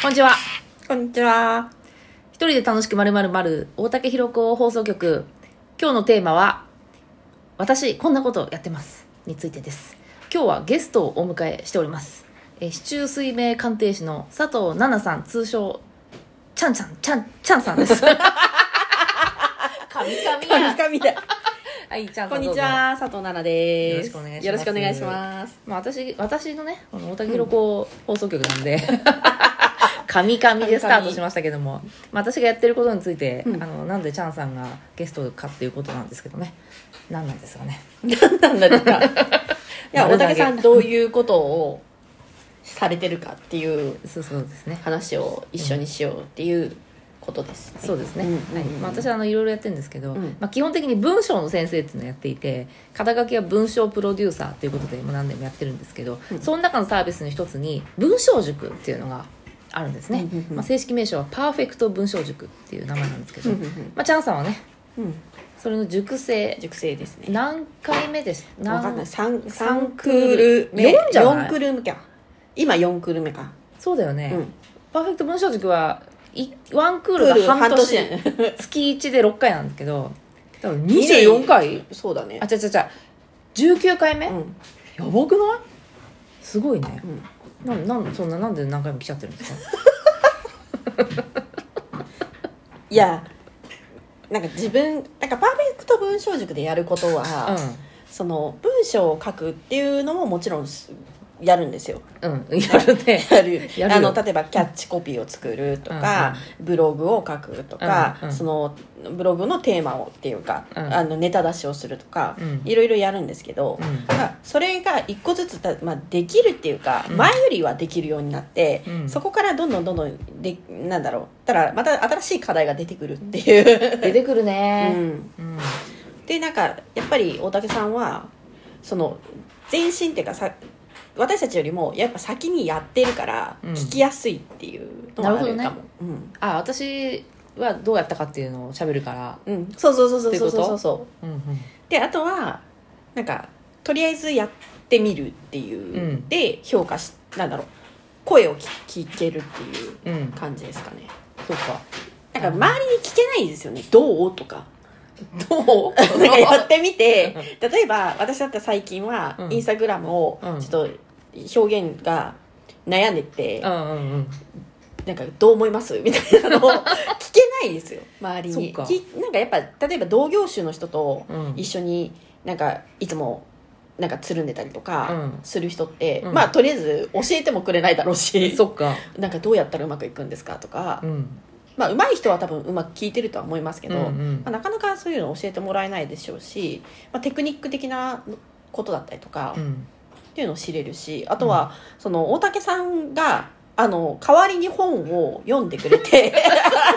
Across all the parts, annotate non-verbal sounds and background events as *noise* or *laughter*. こんにちは。こんにちは。一人で楽しくまるまるまる大竹弘子放送局。今日のテーマは、私、こんなことやってます。についてです。今日はゲストをお迎えしております。えー、市中水明鑑定士の佐藤奈々さん、通称、ちゃんちゃん、ちゃん、ちゃんさんです。神々や。神々だ。はい、ちゃんさんこんにどうちぞは、佐藤奈々です。よろしくお願いしますよろしくお願いします。まあ、私私のねこの大竹弘子放送局なんで *laughs* 神々でスタートしましたけども、まあ、私がやってることについて、うんあのなんでチャンさんがゲストかっていうことなんですけどね何なんですかね何なんだろうか。 *laughs* いや、丸投げ大竹さんどういうことをされてるかっていうそうそうですね話を一緒にしようっていうことです。そうですね、うんはいうんまあ、私はあのいろいろやってるんですけど、うんまあ、基本的に文章の先生っていうのをやっていて肩書きは文章プロデューサーということでもう何年もやってるんですけど、うんその中のサービスの一つに文章塾っていうのがあるんですね、うんうんうんまあ、正式名称はパーフェクト文章塾っていう名前なんですけど、うんうんうんまあ、チャンさんはねうんそれの塾生熟成ですね。何回目ですわかんない。何三三三クール目。四じゃない四クール目か。今四クール目か。そうだよね、うんパーフェクト文章塾はいワンクークルールが半半年年やね。月1で6回なんですけどだから24回そうだねあ。ちゃちゃちゃ19回目、うやん。ばくないすごいねうんなんなんそんななんで何回も来ちゃってるんですかいやなんか自分なんかパーフェクト文章塾でやることは、その文章を書くっていうのももちろんすやるんですようんうんやるねやるやるよ *laughs* あの例えばキャッチコピーを作るとか、ブログを書くとか、うんうんそのブログのテーマをっていうか、うんあのネタ出しをするとか、うん *laughs* いろいろやるんですけど、うんまあそれが一個ずつた、まあ、できるっていうか、うん前よりはできるようになって、うんそこからどんどんどんどんでなんだろうたらまた新しい課題が出てくるっていう。出てくるねうんうん、でなんかやっぱり大竹さんはその前進っていうかさ私たちよりもやっぱ先にやってるからうん聞きやすいっていうのはあるかも、うんあ私はどうやったかっていうのを喋るからうん、そうそうそうそうってこそうとそうそううんうんであとはなんかとりあえずやってみるっていう、うんで評価しなんだろう声を聞聞けるっていううん感じですかねそうかなんか周りに聞けないですよね「どう?」とか *laughs* どう *laughs* なんかやってみて例えば私だったら最近はうんインスタグラムをうんちょっと表現が悩んでて、うんうんうんなんかどう思いますみたいなの *laughs* を聞けないですよ周りにそうかきなんかやっぱ例えば同業種の人とうん一緒になんかいつもなんかつるんでたりとかうんする人って、うんまあとりあえず教えてもくれないだろうし、そっかなんかどうやったらうまくいくんですかとか、うんまあ上手い人は多分うまく聞いてるとは思いますけど、うんうんまあ、なかなかそういうの教えてもらえないでしょうし、まあ、テクニック的なことだったりとかうんっていうのを知れるしあとはその大竹さんがあの代わりに本を読んでくれて *laughs*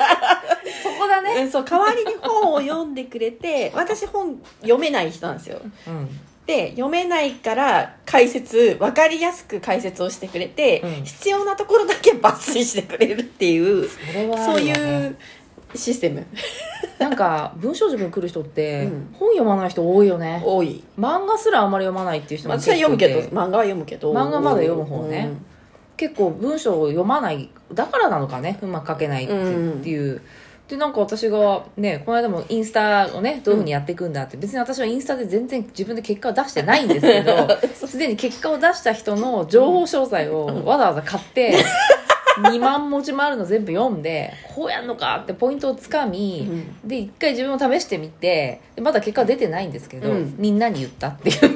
そこだねうんそう代わりに本を読んでくれて私本読めない人なんですようんで読めないから解説分かりやすく解説をしてくれて、うん必要なところだけ抜粋してくれるっていうそれはあるそわうねいうシステムなんか文章塾に来る人ってうん本読まない人多いよね、多い漫画すらあんまり読まないっていう人も私結構はいて読むけど漫画は読むけど漫画まだ読む方ね結構文章を読まないだからなのかねうまく書けないって,、うんっていうでなんか私がねこの間もインスタをねどういうふうにやっていくんだって、別に私はインスタで全然自分で結果を出してないんですけ *laughs* どすでに結果を出した人の情報詳細をわざわざ買って2 *laughs* 万文字もあるの全部読んでこうやんのかってポイントをつかみ、うで一回自分を試してみてでまだ結果は出てないんですけど、うんみんなに言ったっていう *laughs* そう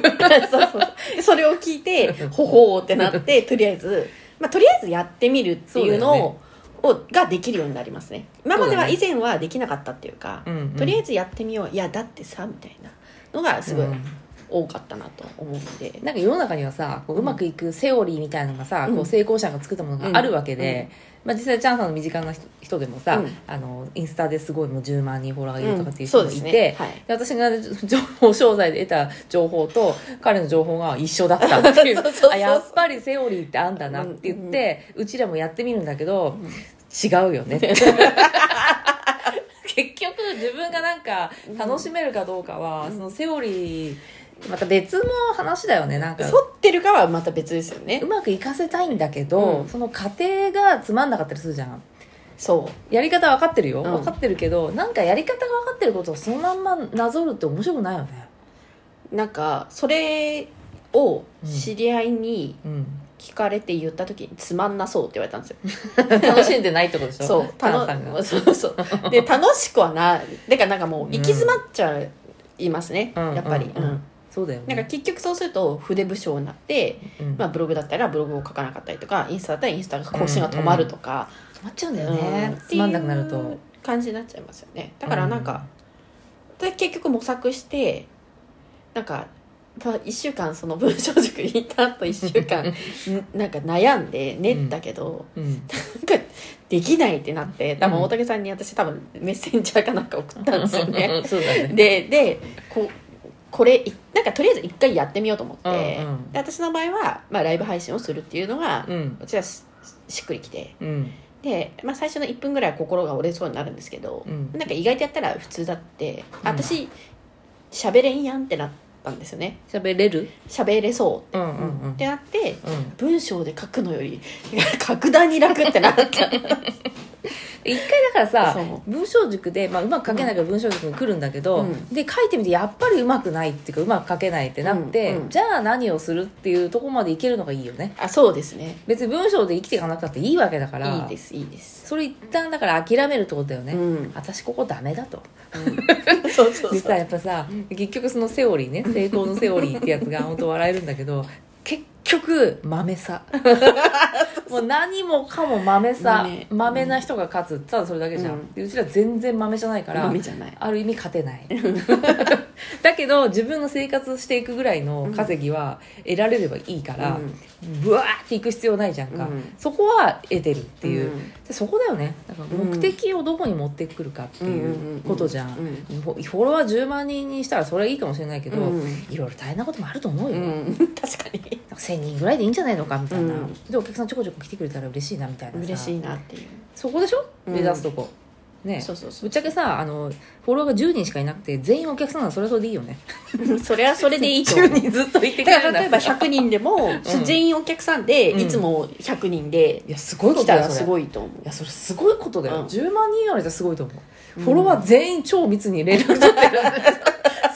そうでそれを聞い *laughs* てほほーってなってとりあえず、まあ、とりあえずやってみるっていうのそうだよををができるようになりますね今まではそうだね以前はできなかったっていうかうんうん *laughs* とりあえずやってみよういやだってさみたいなのがすごいうん多かったなと思うので、なんか世の中にはさこううまくいくセオリーみたいなのがさ、うんこう成功者が作ったものがあるわけで、まあ、実際チャンさんの身近な人人でもさ、うんあのインスタですごいもう10万人フォロワーがいるとかっていうそ人うもでいすて、ね、はい、で私が情報商材で得た情報と彼の情報が一緒だったっていうそうそうそうあやっぱりセオリーってあんだなって言って、うちらもやってみるんだけど、違うよねって結局自分がなんか楽しめるかどうかは、そのセオリーまた別の話だよねなんか反ってるかはまた別ですよねうまくいかせたいんだけど、うんその過程がつまんなかったりするじゃんそやり方分かってるよ、うん分かってるけどなんかやり方が分かってることをそのまんまなぞるって面白くないよねうなんかそれを知り合いにうん聞かれて言った時につまんなそうって言われたんですよ、楽しんでないってことでしょそうタナさんが楽 *laughs* そうそう *laughs* で楽しくはないだからなんかもう行き詰まっちゃいますね、うんやっぱり、うんうんそうだよねなんか結局そうすると筆不詳になって、うんまあ、ブログだったらブログを書かなかったりとかインスタだったらインスタが更新が止まるとか、止まっちゃうんだうんよね、つまんなくなるっていとう感じになっちゃいますよねだからなんか、で結局模索してなんか1週間その文章塾に行った後1週 *laughs* 間なんか悩んで練ったけど、 *laughs* うん、うんなんかできないってなって多分うん。大竹さんに私多分メッセンジャーかなんか送ったんですよねそうだねででここれいなんかとりあえず一回やってみようと思って、うんうんで私の場合は、まあ、ライブ配信をするっていうのが、うんこちらししっくりきてうんで、まあ、最初の1分ぐらいは心が折れそうになるんですけど、うんなんか意外とやったら普通だって、うん私喋れんやんってなったんですよね喋れる喋れそううんうんうんってなってうん文章で書くのより *laughs* 格段に楽ってなった *laughs* 一回だからさそ文章塾で、まあ、うまく書けないから文章塾に来るんだけど、うんで書いてみてやっぱりうまくないっていうかうまく書けないってなって、うんうんじゃあ何をするっていうところまでいけるのがいいよねあそうですね別に文章で生きていかなくたっていいわけだからいいですいいです、それ一旦だから諦めるってことだよね、 *laughs* うん私ここダメだとうんそうそうでそさうやっぱさ結局そのセオリーね成功のセオリーってやつが本当笑えるんだけど結局豆さもう何もかも豆さ豆豆な人が勝つただそれだけじゃん、うんでうちら全然豆じゃないから豆じゃないある意味勝てないだけど自分の生活していくぐらいの稼ぎは得られればいいから、ブワーっていく必要ないじゃんか、うんそこは得てるっていう、うんでそこだよねだから目的をどこに持ってくるかっていうことじゃん,、うんうんうんフォロワー10万人にしたらそれはいいかもしれないけど、うんいろいろ大変なこともあると思うよ、うなんかん、確かに1000人ぐらいでいいんじゃないのかみたいな、うんでお客さんちょこちょこ来てくれたら嬉しいなみたいなさ嬉しいなっていうそこでしょうん目指すとこ、ねそうそうそぶっちゃけさあのフォロワーが10人しかいなくて全員お客さんならそれはそれでいいよねうそれはそれでいいと思う10人ずっといてくだれかるんだら例えば100人でも、全員お客さんでうんいつも100人でいやすごいこ来とただよらそれすごいと思ういやそれすごいことだよ、うん10万人あれじゃすごいと思う、うんフォロワー全員超密に連絡 *laughs* 取ってる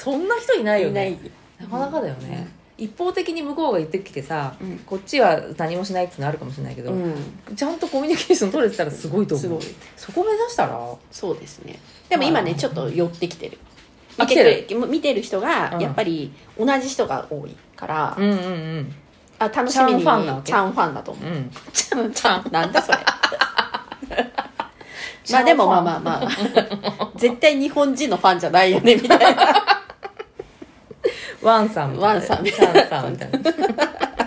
そんな人いないよいなねいなかなかだよね、一方的に向こうが言ってきてさ、うんこっちは何もしないっていうのあるかもしれないけど、うんちゃんとコミュニケーション取れてたらすごいとす思ごいうそこ目指したらそうですねでも今ねまあちょっと寄ってきてるあ見てる見てる人がうんやっぱり同じ人が多いから、うんうんうんあ楽しみにちゃんファンなわけちゃんファンだと *laughs* 思ううんちゃんちゃんな *laughs* んだそれまあでもまあまあまあ *laughs* 絶対日本人のファンじゃないよねみたいなワンさんみたいなワンさんチャンさんみたいな *laughs*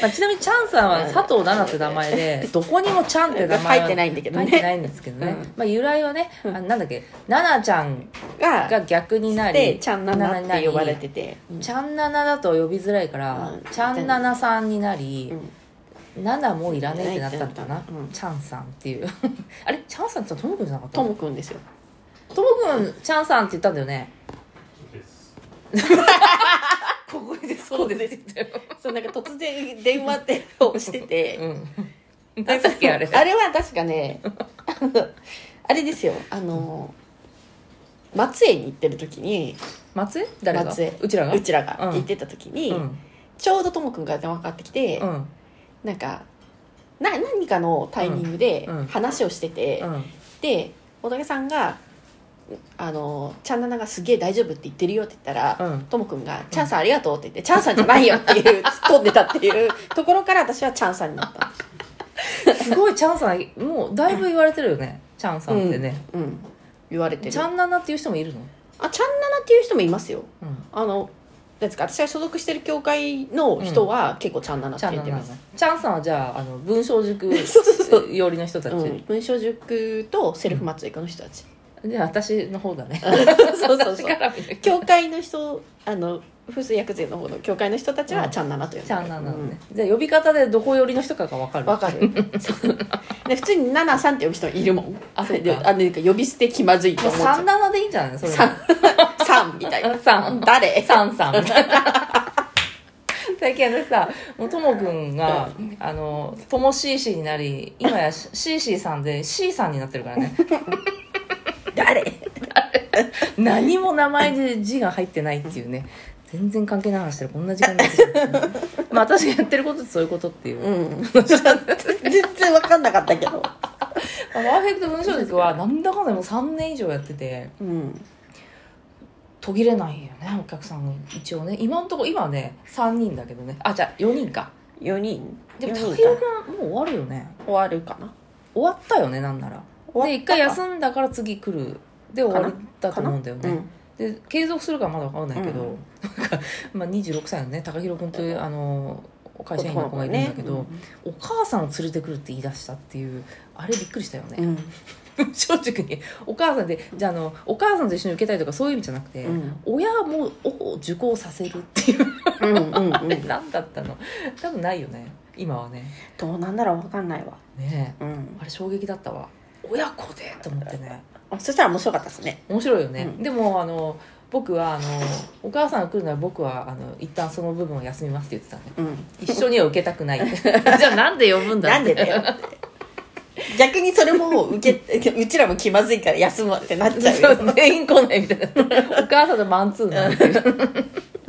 まあ、ちなみにチャンさんは佐藤奈々って名前でどこにもチャンって名前は入ってないんだけどね入ってないんですけどね、うんまあ、由来はね、あなんだっけ奈々ちゃんがが逆になでりちゃんななって呼ばれてて、うんちゃんななだと呼びづらいから、うんちゃんななさんになり、ななもういらねえってなったのかな、うんちゃんさんっていう *laughs* あれちゃんさんってともくんじゃなかったともくんですよともくんちゃんさんって言ったんだよねここでそうですって言ったよそうなんか突然電話ってをして *laughs* てうん何だっけあれあれは確かねあのあれですよあの松江に行ってる時に松江誰が松江うちらがうちらがうん行ってた時に、うんちょうどともくんから電話かかってきて、うんなんかな何かのタイミングでうんうん話をしてて、うんで小竹さんが「あのちゃんなながすげえ大丈夫って言ってるよ」って言ったら、うんともくんが「チャンさんありがとう」って言って「チャンさんじゃないよ」って *laughs* いう突っ込んでたっていうところから私はチャンさんになったすごいちゃんさんもうだいぶ言われてるよねちゃんさんってね、うん言われてるちゃんななっていう人もいるの、あちゃんななっていう人もいますようん、あのなんですか私が所属してる教会の人は結構ちゃんななっちてゃん言なってなます、ちゃんさんはじゃああの文章塾 *laughs* そうそうそう寄りの人たち、うん文章塾とセルフ松育の人た *laughs* ち、じゃあ私の方だねそうそう私そかうら見ると教会の人あの風水薬膳の方の教会の人たちはちゃんななと呼んでちるゃんななのね、じゃあ呼び方でどこ寄りの人かが分かるわかるで普通に「ナナさん」って呼ぶ人いるもんあそっかであのなんか呼び捨て気まずいともう思っちゃ三う七でいいんじゃないのそれ三さんみたいなさん誰さん *laughs* さんみたいな最近私さもうともくんがあのともしーしーになり今やししーしーさんでしーさんになってるから *laughs* ね誰何も名前で字が入ってないっていうね全然関係ない話したらこんな時間になってしまったまあ私がやってることってそういうことっていう、うまん全然分かんなかったけどあパーフェクト文章塾はなんだかんだもう3年以上やっててうん途切れないよねお客さんが一応ね今のところ今はね3人だけどねあじゃあ4人か4人でも四高人代かがもう終わるよね終わるかな終わったよねなんなら終わったで一回休んだから次来るで終わりだと思うんだよね、うんで継続するかはまだ分からないけど、うなんか *laughs* まあ、26歳のね高弘君というあの会社員の子がいるんだけど、お母さんを連れてくるって言い出したっていうあれびっくりしたようね、ん *laughs* 正直にお母さんでじゃああのお母さんと一緒に受けたいとかそういう意味じゃなくて、うん親もを受講させるっていううんうんうん *laughs* 何だったの多分ないよね今はねどうなんだろう分かんないわねえうんあれ衝撃だったわ親子でと思ってねあそしたら面白かったですね面白いよね、うんでもあの僕はあのお母さんが来るなら僕はあの一旦その部分を休みますって言ってたねうん一緒には受けたくない *laughs* じゃあなんで呼ぶんだなんでだよって逆にそれも受け *laughs* うちらも気まずいから休むわってなっちゃうそよう全員来ないみたいなお母さんとマンツーマンっていう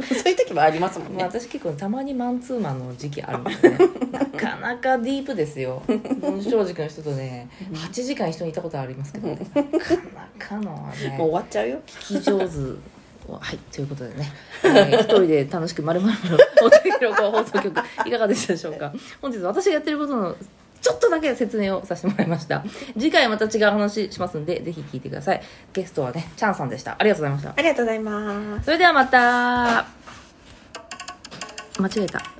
そういう時もありますもんまあね私結構たまにマンツーマンの時期あるんですよねなかなかディープです *laughs* よ文章塾の人とね8時間一緒にいたことありますけど、 *laughs* ね、なかなかのねもう終わっちゃうよ聞き上手はいということでね、えー一人で楽しくまるまるお手広く放送局いかがでしたでしょうか本日私がやってることのちょっとだけ説明をさせてもらいました次回また違う話しますんでぜひ聞いてくださいゲストはねチャンさんでしたありがとうございましたありがとうございますそれではまた間違えた